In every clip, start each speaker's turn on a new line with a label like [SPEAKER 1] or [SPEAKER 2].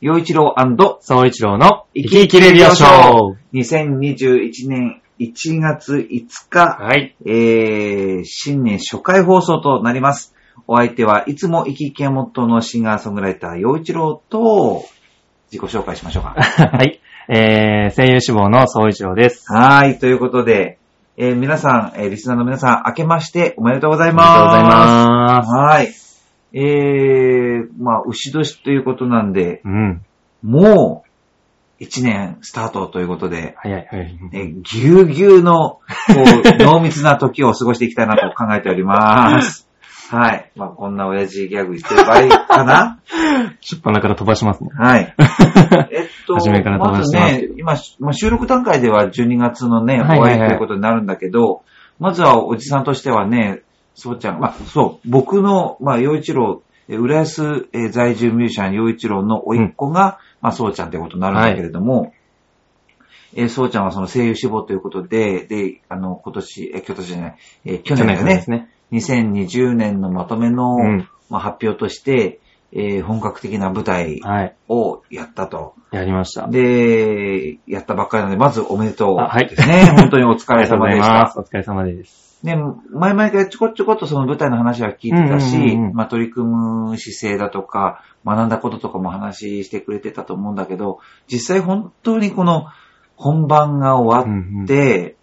[SPEAKER 1] 洋一郎
[SPEAKER 2] 総一郎の
[SPEAKER 1] 生
[SPEAKER 2] 生
[SPEAKER 1] き
[SPEAKER 2] き
[SPEAKER 1] 生
[SPEAKER 2] 生
[SPEAKER 1] き
[SPEAKER 2] き
[SPEAKER 1] レ
[SPEAKER 2] レ
[SPEAKER 1] デ
[SPEAKER 2] デ
[SPEAKER 1] ィ
[SPEAKER 2] ィ
[SPEAKER 1] オ
[SPEAKER 2] オ
[SPEAKER 1] シ
[SPEAKER 2] シ
[SPEAKER 1] ョ
[SPEAKER 2] ョ
[SPEAKER 1] ー
[SPEAKER 2] ー。
[SPEAKER 1] 2021年1月5日、
[SPEAKER 2] はい。
[SPEAKER 1] えー、新年初回放送となります。お相手はいつも生き生きモットーのシンガーソングライター洋一郎と、自己紹介しましょうか。
[SPEAKER 2] はい。えー、声優志望の総一郎です。
[SPEAKER 1] はーい、ということで、えー皆さん、えーリスナーの皆さん、明けましておめでとうござい
[SPEAKER 2] おめでとうござい
[SPEAKER 1] ます。
[SPEAKER 2] ます。
[SPEAKER 1] はーい。えー、まあ、牛年ということなんで、
[SPEAKER 2] うん。
[SPEAKER 1] もう、1年スタートということで、
[SPEAKER 2] 早い、早い。
[SPEAKER 1] えーぎゅうぎゅうの、こう、濃密な時を過ごしていきたいなと考えております。はい。まあ、こんな親父ギャグしてる場合かな
[SPEAKER 2] 出版だから飛ばしますね。
[SPEAKER 1] はい。えっと、
[SPEAKER 2] 初めから飛
[SPEAKER 1] ま
[SPEAKER 2] ばし
[SPEAKER 1] ず
[SPEAKER 2] てます
[SPEAKER 1] ね、今、まあ、収録段階では12月のね、
[SPEAKER 2] は
[SPEAKER 1] 終
[SPEAKER 2] い
[SPEAKER 1] わ
[SPEAKER 2] はいは
[SPEAKER 1] り
[SPEAKER 2] い
[SPEAKER 1] ということになるんだけど、まずはおじさんとしてはね、そうちゃん、まあ、そう、僕の、まあ、洋一郎、え浦安えー在住ミュージシャン洋一郎の甥っ子が、まあ、そうちゃんってことになるんだけれども、えーそうちゃんはその声優志望ということで、で、あの、今年、えー、今年じゃない、えー去年だよ
[SPEAKER 2] 去で
[SPEAKER 1] ね
[SPEAKER 2] す、ね。
[SPEAKER 1] 2020年のまとめの、
[SPEAKER 2] うん。
[SPEAKER 1] まあ、発表として、えー本格的な舞台
[SPEAKER 2] はい。
[SPEAKER 1] をやったと。
[SPEAKER 2] やりました。
[SPEAKER 1] で、やったばっかりなので、まずおめでと
[SPEAKER 2] あは
[SPEAKER 1] う
[SPEAKER 2] い
[SPEAKER 1] です ね。本当にお疲れ様でし
[SPEAKER 2] あ
[SPEAKER 1] た。
[SPEAKER 2] りがとうございます。お疲れ様です。
[SPEAKER 1] ね、前々からちょこちょこっとその舞台の話は聞いてたし、
[SPEAKER 2] うんうんうんうん
[SPEAKER 1] まあ取り組む姿勢だとか、学んだこととかも話してくれてたと思うんだけど、実際本当にこの本番が終わ
[SPEAKER 2] ん
[SPEAKER 1] って、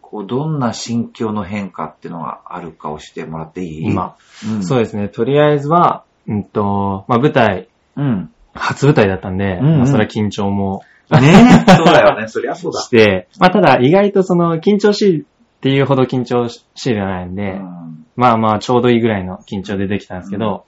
[SPEAKER 1] こうどんな心境の変化っていうのがあるか教えてもらっていい、
[SPEAKER 2] 今。
[SPEAKER 1] うん、
[SPEAKER 2] そうですね。とりあえずは、うんと、まあ舞台、
[SPEAKER 1] うん。
[SPEAKER 2] 初舞台だったんで、
[SPEAKER 1] うんうん
[SPEAKER 2] まあそれは緊張も
[SPEAKER 1] ねえ、そうだよね。そりゃそうだ。
[SPEAKER 2] して、まあただ意外とその緊張しいっていうほど緊張ししいじゃないんで、
[SPEAKER 1] うん
[SPEAKER 2] まあまあ、ちょうどいいぐらいの緊張でできたんですけど、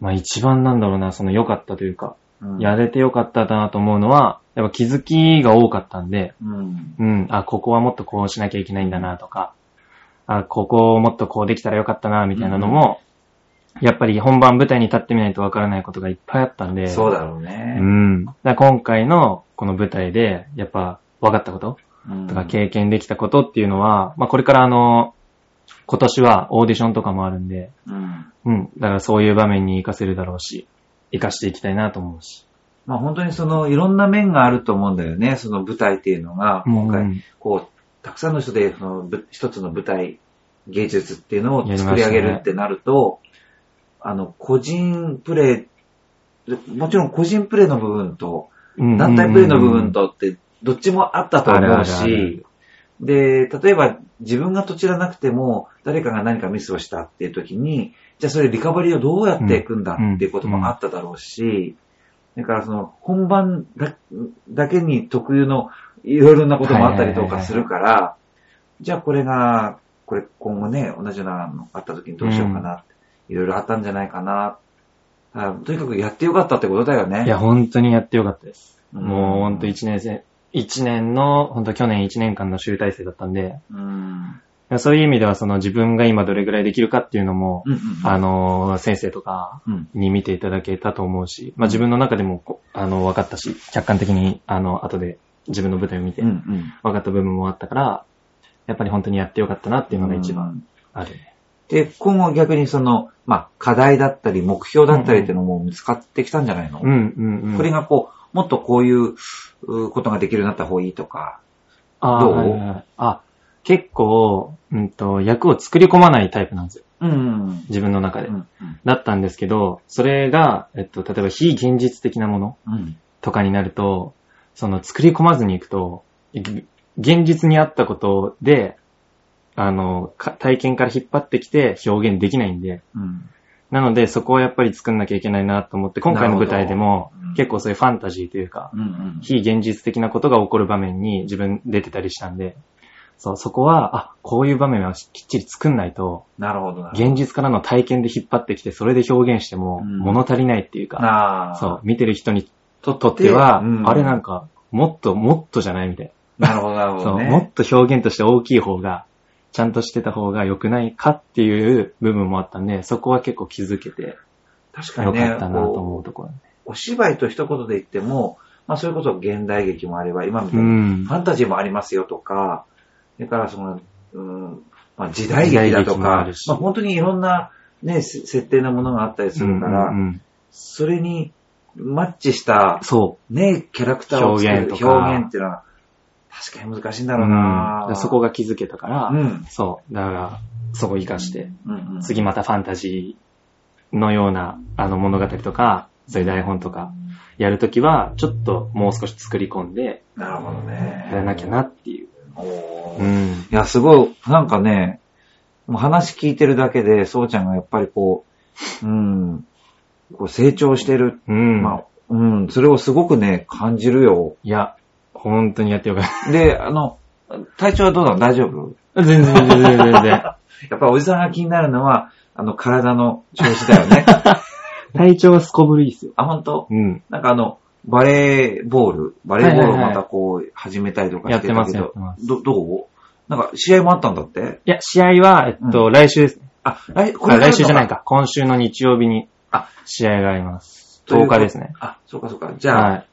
[SPEAKER 2] まあ一番なんだろうな、その良かったというか、
[SPEAKER 1] うん
[SPEAKER 2] やれて良かったなと思うのは、やっぱ気づきが多かったんで、
[SPEAKER 1] うん。
[SPEAKER 2] うん、あ、ここはもっとこうしなきゃいけないんだなとか、あ、ここをもっとこうできたらよかったな、みたいなのも、やっぱり本番舞台に立ってみないとわからないことがいっぱいあったんで、
[SPEAKER 1] そうだろう
[SPEAKER 2] う
[SPEAKER 1] ね。
[SPEAKER 2] ん。だから今回のこの舞台で、やっぱ分かったこと
[SPEAKER 1] うん
[SPEAKER 2] とか経験できたことっていうのは、まあこれからあの、今年はオーディションとかもあるんで、
[SPEAKER 1] うん
[SPEAKER 2] うん。だからそういう場面に活かせるだろうし、活かしていきたいなと思うし。
[SPEAKER 1] まあ本当にそのいろんな面があると思うんだよね、その舞台っていうのが、今
[SPEAKER 2] う
[SPEAKER 1] 回、
[SPEAKER 2] ん
[SPEAKER 1] こう、たくさんの人でそのぶ一つの舞台、芸術っていうのを
[SPEAKER 2] やりま
[SPEAKER 1] 作
[SPEAKER 2] したね
[SPEAKER 1] り上げるってなると、あの、個人プレイ、もちろん個人プレイの部分と、
[SPEAKER 2] うん
[SPEAKER 1] 団体プレイの部分とって、どっちもあったと思う
[SPEAKER 2] あるあるあ
[SPEAKER 1] し
[SPEAKER 2] る、
[SPEAKER 1] で、例えば自分がとちらなくても、誰かが何かミスをしたっていう時に、じゃあそれリカバリーをどうやっていくんだっていうこともあっただろうし、だからその本番だだけに特有のいろいろなこともあったりとかするから、じゃあこれが、これ今後ね、同じようなのあった時にどうしようかなって、いろいろあったんじゃないかな。あとにかくやってよかったってことだよね。
[SPEAKER 2] いや、本当にやってよかったです。
[SPEAKER 1] うん
[SPEAKER 2] もう本当一年生、一年の、本当去年一年間の集大成だったんで、
[SPEAKER 1] うん。
[SPEAKER 2] そういう意味ではその自分が今どれぐらいできるかっていうのも、
[SPEAKER 1] うんうんうん
[SPEAKER 2] あの、先生とか
[SPEAKER 1] うん。
[SPEAKER 2] に見ていただけたと思うし、まあ自分の中でもこ、あの、分かったし、客観的に、あの、後で自分の舞台を見て
[SPEAKER 1] うんう、ん。
[SPEAKER 2] 分かった部分もあったから、やっぱり本当にやってよかったなっていうのが一番
[SPEAKER 1] 番。
[SPEAKER 2] ある。
[SPEAKER 1] で、今後逆にその、まあ、課題だったり、目標だったりっていうのも見つかってきたんじゃないの、
[SPEAKER 2] うん、うん、うん。
[SPEAKER 1] これがこう、もっとこういううことができるようになった方がいいとか。
[SPEAKER 2] あ
[SPEAKER 1] どう
[SPEAKER 2] はいはいはいあ、結構、うんと、役を作り込まないタイプなんですよ。
[SPEAKER 1] うんうん
[SPEAKER 2] 自分の中
[SPEAKER 1] う
[SPEAKER 2] で。
[SPEAKER 1] ん。
[SPEAKER 2] だったんですけど、それが、えっと、例えば非現実的なもの
[SPEAKER 1] うん。
[SPEAKER 2] とかになると、その作り込まずにいくと、い現実にあったことで、あの、か体験から引っ張ってきて表現できないんで、
[SPEAKER 1] うん。
[SPEAKER 2] なのでそこはやっぱり作んなきゃいけないなと思って、今回の舞台でも
[SPEAKER 1] なるほどうん
[SPEAKER 2] 結構そういうファンタジーというか、
[SPEAKER 1] うん。うん。
[SPEAKER 2] 非現実的なことが起こる場面に自分出てたりしたんで、そう、そこは、あ、こういう場面はきっちり作んないと、
[SPEAKER 1] なるほどな。
[SPEAKER 2] 現実からの体験で引っ張ってきて、それで表現しても
[SPEAKER 1] うん
[SPEAKER 2] 物足りないっていうか、
[SPEAKER 1] なあ。
[SPEAKER 2] そう、見てる人に
[SPEAKER 1] と。
[SPEAKER 2] とっては、
[SPEAKER 1] うん
[SPEAKER 2] あれなんか、もっともっとじゃないみたい
[SPEAKER 1] なるほど、なる
[SPEAKER 2] な。
[SPEAKER 1] ほ
[SPEAKER 2] そ
[SPEAKER 1] ど、
[SPEAKER 2] う、
[SPEAKER 1] ね。
[SPEAKER 2] もっと表現として大きい方が、ちゃんとしてた方が良くないかっていう部分もあったんで、そこは結構気づけて、
[SPEAKER 1] 確か
[SPEAKER 2] 良
[SPEAKER 1] にね
[SPEAKER 2] かったなと思うところ。
[SPEAKER 1] こうお芝居と一言で言っても、まあ、それこそ現代劇もあれば、今みた
[SPEAKER 2] う
[SPEAKER 1] いに
[SPEAKER 2] ん
[SPEAKER 1] フ。ァンタジーもありますよとか、それからその、うんまあ、時代劇だと
[SPEAKER 2] 時代劇もあ
[SPEAKER 1] か
[SPEAKER 2] る、し
[SPEAKER 1] まあ、本当にいろんな、ね、せ設定のものがあったりするから、
[SPEAKER 2] うんうんうん
[SPEAKER 1] それにマッチした、
[SPEAKER 2] そ
[SPEAKER 1] ね、キャラクターを作る
[SPEAKER 2] 表現とか
[SPEAKER 1] 表現っていうのは、確かに難しいんだ
[SPEAKER 2] う。
[SPEAKER 1] ろうな、
[SPEAKER 2] うんそこが気づけたから、
[SPEAKER 1] うん。
[SPEAKER 2] そう。だから、そこ活かして、
[SPEAKER 1] うんうん。
[SPEAKER 2] 次またファンタジーのような、あの物語とか、そういう台本とか、やるときは、ちょっともう少し作り込んで、
[SPEAKER 1] なるほどね。
[SPEAKER 2] やらなきゃなっていう。
[SPEAKER 1] おー。
[SPEAKER 2] う
[SPEAKER 1] い
[SPEAKER 2] ん。
[SPEAKER 1] や、すごい、なんかね、もう話聞いてるだけで、そうちゃんがやっぱりこう、うん、こう成長してる。
[SPEAKER 2] うん。
[SPEAKER 1] まあ、うん、それをすごくね、感じるよ。
[SPEAKER 2] いや、本当にやってよかっ
[SPEAKER 1] で、あの、体調はどうなの大丈夫
[SPEAKER 2] た。全然全然全然全然。
[SPEAKER 1] やっぱりおじさんが気になるのは、あの、体の調子だよ ね。
[SPEAKER 2] 体調はすこぶるいいっすよ。
[SPEAKER 1] あ、ほんと
[SPEAKER 2] うん。
[SPEAKER 1] なんかあの、バレーボール、バレーボールを
[SPEAKER 2] はいはいは
[SPEAKER 1] ま
[SPEAKER 2] い
[SPEAKER 1] たこう、始めたりとか
[SPEAKER 2] や
[SPEAKER 1] し
[SPEAKER 2] ってて
[SPEAKER 1] た
[SPEAKER 2] ま
[SPEAKER 1] け
[SPEAKER 2] す、
[SPEAKER 1] ど、
[SPEAKER 2] やってます。
[SPEAKER 1] ど、どうなんか試合もあったんだって
[SPEAKER 2] いや、試合は、えっと、来週ですね。
[SPEAKER 1] あ、来、こ
[SPEAKER 2] あ
[SPEAKER 1] れから
[SPEAKER 2] 来週じゃない
[SPEAKER 1] か。
[SPEAKER 2] か。今週の日曜日に、
[SPEAKER 1] あ
[SPEAKER 2] 試合があります。
[SPEAKER 1] という
[SPEAKER 2] 10
[SPEAKER 1] こと
[SPEAKER 2] 日ですね。
[SPEAKER 1] あ、そうかそうか。じゃあ、
[SPEAKER 2] はい。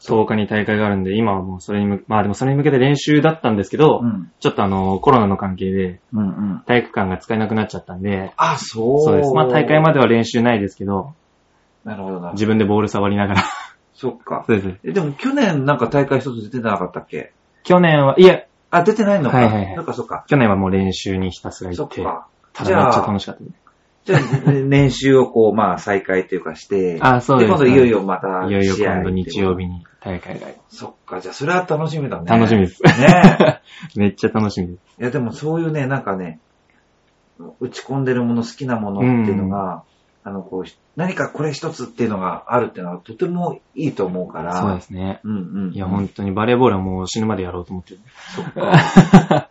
[SPEAKER 2] 10日に大会があるんで、今はもうそれに向け、まあでもそれに向けて練習だったんですけど、
[SPEAKER 1] うん、
[SPEAKER 2] ちょっとあの、コロナの関係で、
[SPEAKER 1] うん、うん。
[SPEAKER 2] 体育館が使えなくなっちゃったんで、
[SPEAKER 1] あ、そう。
[SPEAKER 2] そうです。まあ大会までは練習ないですけど、
[SPEAKER 1] なるほどな。
[SPEAKER 2] 自分でボール触りながら。
[SPEAKER 1] そっか。
[SPEAKER 2] そうです。
[SPEAKER 1] え、でも去年なんか大会一つ出てなかったっけ
[SPEAKER 2] 去年は、いや、
[SPEAKER 1] あ、出てないのか。
[SPEAKER 2] はいはいはい
[SPEAKER 1] そっかそっか。
[SPEAKER 2] 去年はもう練習にひたすら
[SPEAKER 1] そ
[SPEAKER 2] 行
[SPEAKER 1] っ
[SPEAKER 2] って、
[SPEAKER 1] か。
[SPEAKER 2] ただめっちゃ楽しかったです。
[SPEAKER 1] じゃあ、 ね練習をこう、まあ、再開というかして、
[SPEAKER 2] あ、そうです。
[SPEAKER 1] 今度いよいよまた試合
[SPEAKER 2] いよいよ今度日曜
[SPEAKER 1] 日。
[SPEAKER 2] 日に大会がありま
[SPEAKER 1] そっか、じゃあそれは楽しみだね。
[SPEAKER 2] す。楽しみです。
[SPEAKER 1] ね え。
[SPEAKER 2] めっちゃ楽しみです。
[SPEAKER 1] いや、でもそういうね、なんかね、打ち込んでるもの、好きなものっていうのが、あの、こう、何かこれ一つっていうのがあるっていうのはとてもいいと思うから。
[SPEAKER 2] そうですね。
[SPEAKER 1] うんうん。
[SPEAKER 2] いや、本当にバレーボールはもう死ぬまでやろうと思ってる。
[SPEAKER 1] あ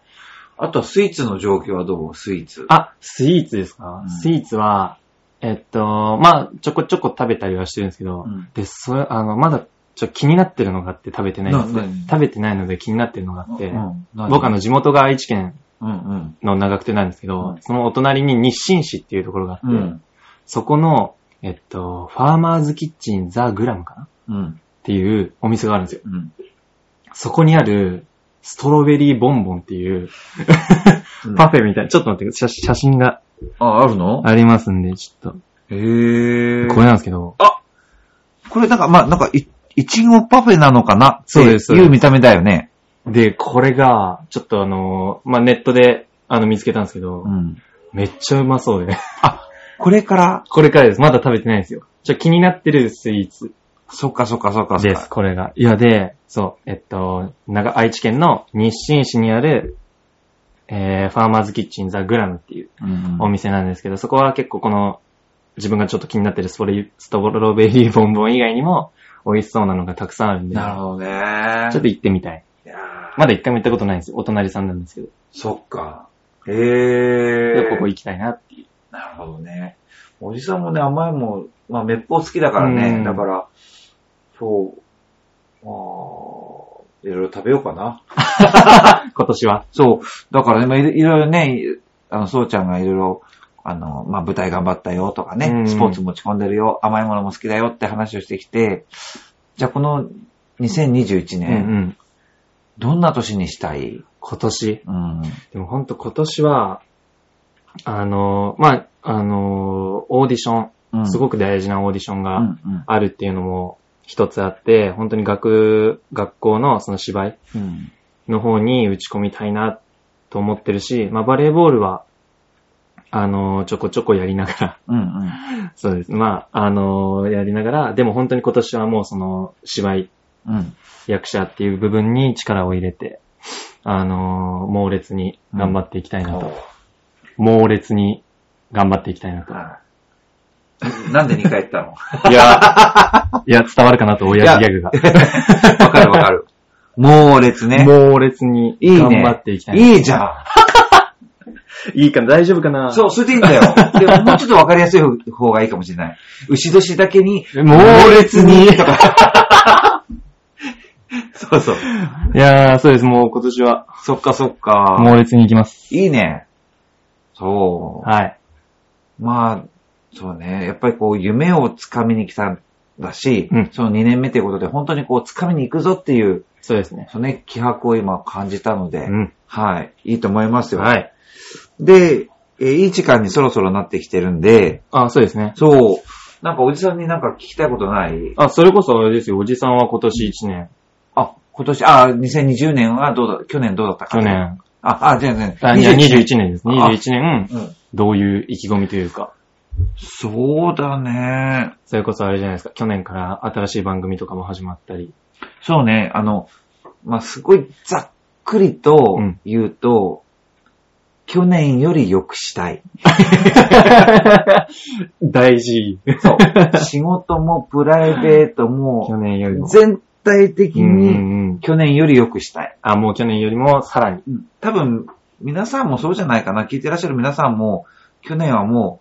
[SPEAKER 1] とはスイーツの状況はどうスイーツ。
[SPEAKER 2] あ、スイーツですか、
[SPEAKER 1] うん
[SPEAKER 2] スイーツは、えっと、まあ、ちょこちょこ食べたりはしてるんですけど、
[SPEAKER 1] うん
[SPEAKER 2] で、それ、あの、まだ、ちょ、気になってるのがあって食べてないんです
[SPEAKER 1] な何
[SPEAKER 2] 食べてないので気になってるのがあって、
[SPEAKER 1] うん、
[SPEAKER 2] 僕あの、地元が愛知県
[SPEAKER 1] うんうん。
[SPEAKER 2] の長久手なんですけど、
[SPEAKER 1] うん
[SPEAKER 2] そのお隣に日清市っていうところがあって、
[SPEAKER 1] うん。
[SPEAKER 2] そこの、えっと、ファーマーズキッチンザ・グラムかな
[SPEAKER 1] うん。
[SPEAKER 2] っていうお店があるんですよ。
[SPEAKER 1] うん。
[SPEAKER 2] そこにある、ストロベリーボンボンっていう、
[SPEAKER 1] うん
[SPEAKER 2] パフェみたいな、ちょっと待って、写写真が
[SPEAKER 1] あ、あるの
[SPEAKER 2] ありますんで、ちょっ
[SPEAKER 1] へ
[SPEAKER 2] と、
[SPEAKER 1] ー
[SPEAKER 2] これなんですけど、
[SPEAKER 1] これなんか、まあ、なんかい、いちごパフェなのかなって
[SPEAKER 2] そうですそう
[SPEAKER 1] い
[SPEAKER 2] で
[SPEAKER 1] う
[SPEAKER 2] す
[SPEAKER 1] 見た目だよね。
[SPEAKER 2] で、これが、ちょっとあの、まあ、ネットで、あの、見つけたんですけど
[SPEAKER 1] う、ん。
[SPEAKER 2] めっちゃうまそうで、
[SPEAKER 1] これから、
[SPEAKER 2] これからです。まだ食べてないんですよ。ちょ、気になってるスイーツ
[SPEAKER 1] そっかそっかそっかそっ
[SPEAKER 2] です、
[SPEAKER 1] か。
[SPEAKER 2] これが。いや、で、そう、えっと、長、愛知県の日清市にある、えー、ファーマーズキッチンザ・グラムっていう
[SPEAKER 1] うん
[SPEAKER 2] お店なんですけど、そこは結構この、自分がちょっと気になってるスポリストロベリーボンボン以外にも、美味しそうなのがたくさんあるんで、
[SPEAKER 1] なる
[SPEAKER 2] ち
[SPEAKER 1] ほどね。
[SPEAKER 2] ょっと行ってみたい。
[SPEAKER 1] いやー
[SPEAKER 2] まだ一回も行ったことないんですよ。お隣さんなんですけど。
[SPEAKER 1] そっか。へ
[SPEAKER 2] で
[SPEAKER 1] え。
[SPEAKER 2] ここ行きたいなっていう。
[SPEAKER 1] なるほどね。おじさんもね、甘いもん、まあ、滅法好きだからね。
[SPEAKER 2] うん
[SPEAKER 1] だから、そう、あーいろいろ食べようかな。
[SPEAKER 2] 今年は。
[SPEAKER 1] そう。だからね、まあいろいろいろね、あの、そうちゃんがいろいろ、あの、まあ、舞台頑張ったよとか
[SPEAKER 2] う
[SPEAKER 1] ね、
[SPEAKER 2] ん
[SPEAKER 1] スポーツ持ち込んでるよ、甘いものも好きだよって話をしてきて、じゃあこの2021
[SPEAKER 2] う
[SPEAKER 1] 年
[SPEAKER 2] ん、うん。
[SPEAKER 1] どんな年にしたい
[SPEAKER 2] 今年。
[SPEAKER 1] うん。
[SPEAKER 2] でもほんと今年は、あの、まあ、あの、オーディショ
[SPEAKER 1] うん
[SPEAKER 2] ン、すごく大事なオーディション
[SPEAKER 1] うん、う
[SPEAKER 2] が
[SPEAKER 1] ん、
[SPEAKER 2] あるっていうのも一つあって、本当に学、学校のその芝居
[SPEAKER 1] うん。
[SPEAKER 2] の方に打ち込みたいなと思ってるし、まあ、バレーボールは、あの、ちょこちょこやりなが
[SPEAKER 1] うん、うん。
[SPEAKER 2] ら、 そうです。まあ、あの、やりながら、でも本当に今年はもうその芝居、
[SPEAKER 1] うん。
[SPEAKER 2] 役者っていう部分に力を入れて、あのー猛烈に頑張っていきたいなと。猛烈に頑張っていきたいなと。
[SPEAKER 1] はいなんで2回言ったのわ
[SPEAKER 2] いや、いや、伝わるかなと、親父ギャグが。
[SPEAKER 1] かるわかる。猛烈ね。
[SPEAKER 2] 猛烈に
[SPEAKER 1] いいね
[SPEAKER 2] 頑張っていきたいない
[SPEAKER 1] いじゃん。
[SPEAKER 2] いいかな大丈夫かな
[SPEAKER 1] そう、それでいいんだよ。でも、もうちょっとわかりやすい方がいいかもしれない。牛年だけに、
[SPEAKER 2] 猛烈 に
[SPEAKER 1] とか。 そうそう。
[SPEAKER 2] いやー、そうです。もう今年は
[SPEAKER 1] そっかそっか。
[SPEAKER 2] 猛烈に行きます。
[SPEAKER 1] いいね。そう。
[SPEAKER 2] はい。
[SPEAKER 1] まあ、そうね。やっぱりこう、夢をつかみに来たんだし、
[SPEAKER 2] うん
[SPEAKER 1] その2年目ということで、本当にこう、つかみに行くぞっていう、
[SPEAKER 2] そうですね。
[SPEAKER 1] そのね、気迫を今感じたので、
[SPEAKER 2] うん。
[SPEAKER 1] はい。いいと思いますよ。
[SPEAKER 2] はい。
[SPEAKER 1] で、えーいい時間にそろそろなってきてるんで、
[SPEAKER 2] あ、そうですね。
[SPEAKER 1] そう、なんかおじさんになんか聞きたいことない
[SPEAKER 2] あ、それこそあれですよ、おじさんは今年1年、
[SPEAKER 1] あ、今年、あ、2020年はどうだ、去年どうだったか。
[SPEAKER 2] 去。年、
[SPEAKER 1] あ、あ、じゃあね、
[SPEAKER 2] あいや21年です。
[SPEAKER 1] あ
[SPEAKER 2] 21年、
[SPEAKER 1] うん。
[SPEAKER 2] どういう意気込みというか、
[SPEAKER 1] そうだね。
[SPEAKER 2] それこそあれじゃないですか、去年から新しい番組とかも始まった り。
[SPEAKER 1] そうね、あの、まあ、すごいざっくりと
[SPEAKER 2] うん
[SPEAKER 1] 言うと、去年より良くしたい。
[SPEAKER 2] 大事。
[SPEAKER 1] そう。仕事もプライベート
[SPEAKER 2] 去
[SPEAKER 1] も、
[SPEAKER 2] 年よりも。
[SPEAKER 1] 全体的
[SPEAKER 2] うんう
[SPEAKER 1] に
[SPEAKER 2] んうん。
[SPEAKER 1] 去年より良くしたい。
[SPEAKER 2] あ、もう去年よりもさらに。
[SPEAKER 1] うん多分、皆さんもそうじゃないかな。聞いてらっしゃる皆さんも、去年はも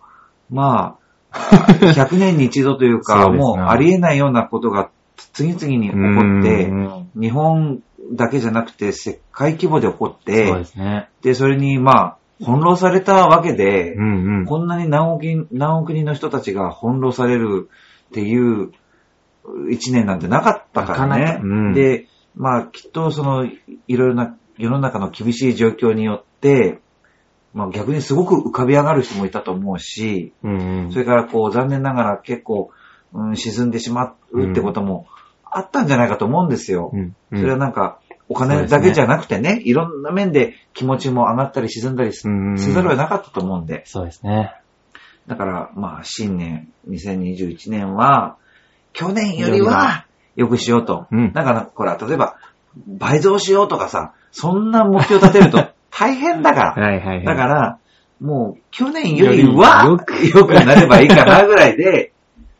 [SPEAKER 1] う、ま あ、100年に一度というか、
[SPEAKER 2] そうですね
[SPEAKER 1] もうありえないようなことが次々に起こって、
[SPEAKER 2] うんうん
[SPEAKER 1] 日本だけじゃなくて世界規模で起こっ
[SPEAKER 2] そうで
[SPEAKER 1] て、
[SPEAKER 2] すね。
[SPEAKER 1] で、それにまあ、翻弄されたわけで、
[SPEAKER 2] うんうん。
[SPEAKER 1] こんなに何億人、何億人の人たちが翻弄されるっていう一年なんてなかったからね。
[SPEAKER 2] なかなかうん
[SPEAKER 1] で、まあきっとそのいろいろな世の中の厳しい状況によって、まあ逆にすごく浮かび上がる人もいたと思うし、
[SPEAKER 2] うんうん
[SPEAKER 1] それからこう残念ながら結構、うん、沈んでしまうってこともあったんじゃないかと思うんですよ。
[SPEAKER 2] うんうん
[SPEAKER 1] それはなんか、お金だけじゃなくてね、いろんな面で気持ちも上がったり沈んだりす
[SPEAKER 2] うんうん
[SPEAKER 1] せざるを得なかったと思うんで、
[SPEAKER 2] そうですね。
[SPEAKER 1] だから、まあ、新年、2021年は、去年よりは、よくしようと。
[SPEAKER 2] うん
[SPEAKER 1] だから、これは、例えば、倍増しようとかさ、そんな目標立てる と大変だから。
[SPEAKER 2] はいはいはい。
[SPEAKER 1] だから、もう、去年よりは、よくなればいいかなぐらいで、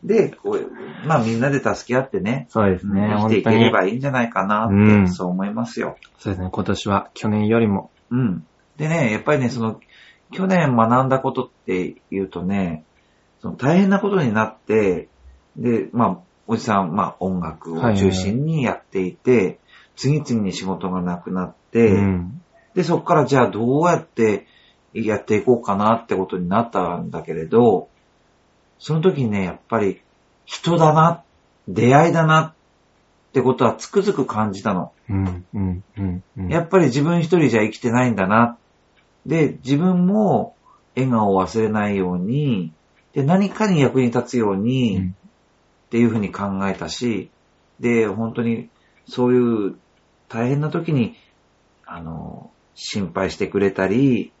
[SPEAKER 1] で、こう、まあ、みんなで助け合ってね、
[SPEAKER 2] そうですね。
[SPEAKER 1] 生き
[SPEAKER 2] 本
[SPEAKER 1] てい
[SPEAKER 2] 当
[SPEAKER 1] け
[SPEAKER 2] に
[SPEAKER 1] れ。ばいいんじゃないかなって、
[SPEAKER 2] うん
[SPEAKER 1] そう思いますよ。
[SPEAKER 2] そうですね。今年は去年よりも。
[SPEAKER 1] うん。でね、やっぱりね、その、去年学んだことって言うとね、その大変なことになって、で、まあ、おじさん、まあ、音楽を中心にやっていて、次々に仕事がなくなって、
[SPEAKER 2] うん。
[SPEAKER 1] で、そこからじゃあどうやってやっていこうかなってことになったんだけれど、その時にね、やっぱり人だな、出会いだなってことはつくづく感じたの。
[SPEAKER 2] うん。うん。うん。うん
[SPEAKER 1] やっぱり自分一人じゃ生きてないんだな。で、自分も笑顔を忘れないように、で、何かに役に立つように、
[SPEAKER 2] うん
[SPEAKER 1] っていうふうに考えたし、で、本当にそういう大変な時に、あの、心配してくれたり、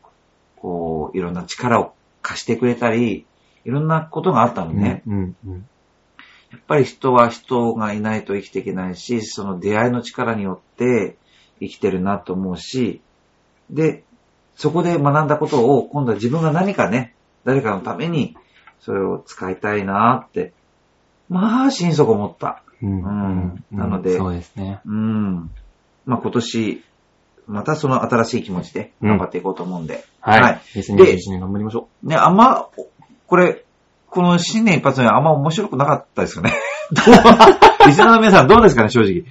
[SPEAKER 1] こう、いろんな力を貸してくれたり、いろんなことがあったのね。
[SPEAKER 2] うん。うん。
[SPEAKER 1] やっぱり人は人がいないと生きていけないし、その出会いの力によって生きてるなと思うし、で、そこで学んだことを今度は自分が何かね、誰かのためにそれを使いたいなって、まあ、心底思った。
[SPEAKER 2] うん。
[SPEAKER 1] うんなので
[SPEAKER 2] そうですね。
[SPEAKER 1] うん。まあ今年、またその新しい気持ちで頑張っていこうと思うんで。は
[SPEAKER 2] はいい。2021年頑張りましょ
[SPEAKER 1] ね、あんま、これ、この新年一発目あんま面白くなかったですよね。どうリスナーの皆さんどうですかね、正直。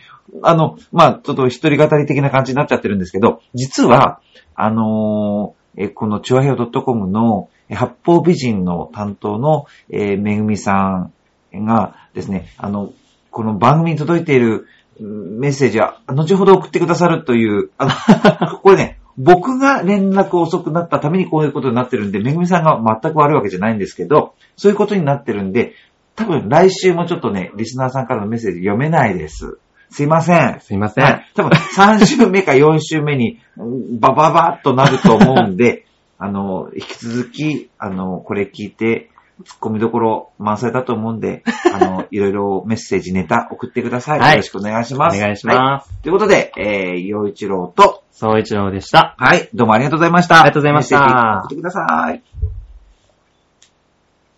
[SPEAKER 1] あの、まあちょっと一人語り的な感じになっちゃってるんですけど、実は、あのーえこのチュアヘオ .com のえ八方美人の担当の、えーめぐみさんがですね、あの、この番組に届いているうんメッセージは、後ほど送ってくださるという、あの、こ れね、僕が連絡遅くなったためにこういうことになってるんで、めぐみさんが全く悪いわけじゃないんですけど、そういうことになってるんで、多分来週もちょっとね、リスナーさんからのメッセージ読めないです。すいません
[SPEAKER 2] う。。すいませ
[SPEAKER 1] はい
[SPEAKER 2] ん。、
[SPEAKER 1] 多分3週目か4週目に、うんバババッとなると思うん で、あの、引き続き、あの、これ聞いて、突っ込みどころ満載だと思うんで、あ の、いろいろメッセージ、ネタ送ってください。
[SPEAKER 2] はい
[SPEAKER 1] よろしくお願いし
[SPEAKER 2] お
[SPEAKER 1] ます。
[SPEAKER 2] 願いし
[SPEAKER 1] は
[SPEAKER 2] ます。
[SPEAKER 1] ということで、えー、洋一郎と、
[SPEAKER 2] 総一郎でした。
[SPEAKER 1] はい、どうもありがとうございました。
[SPEAKER 2] ありがとうございました
[SPEAKER 1] メッセージ送ってください。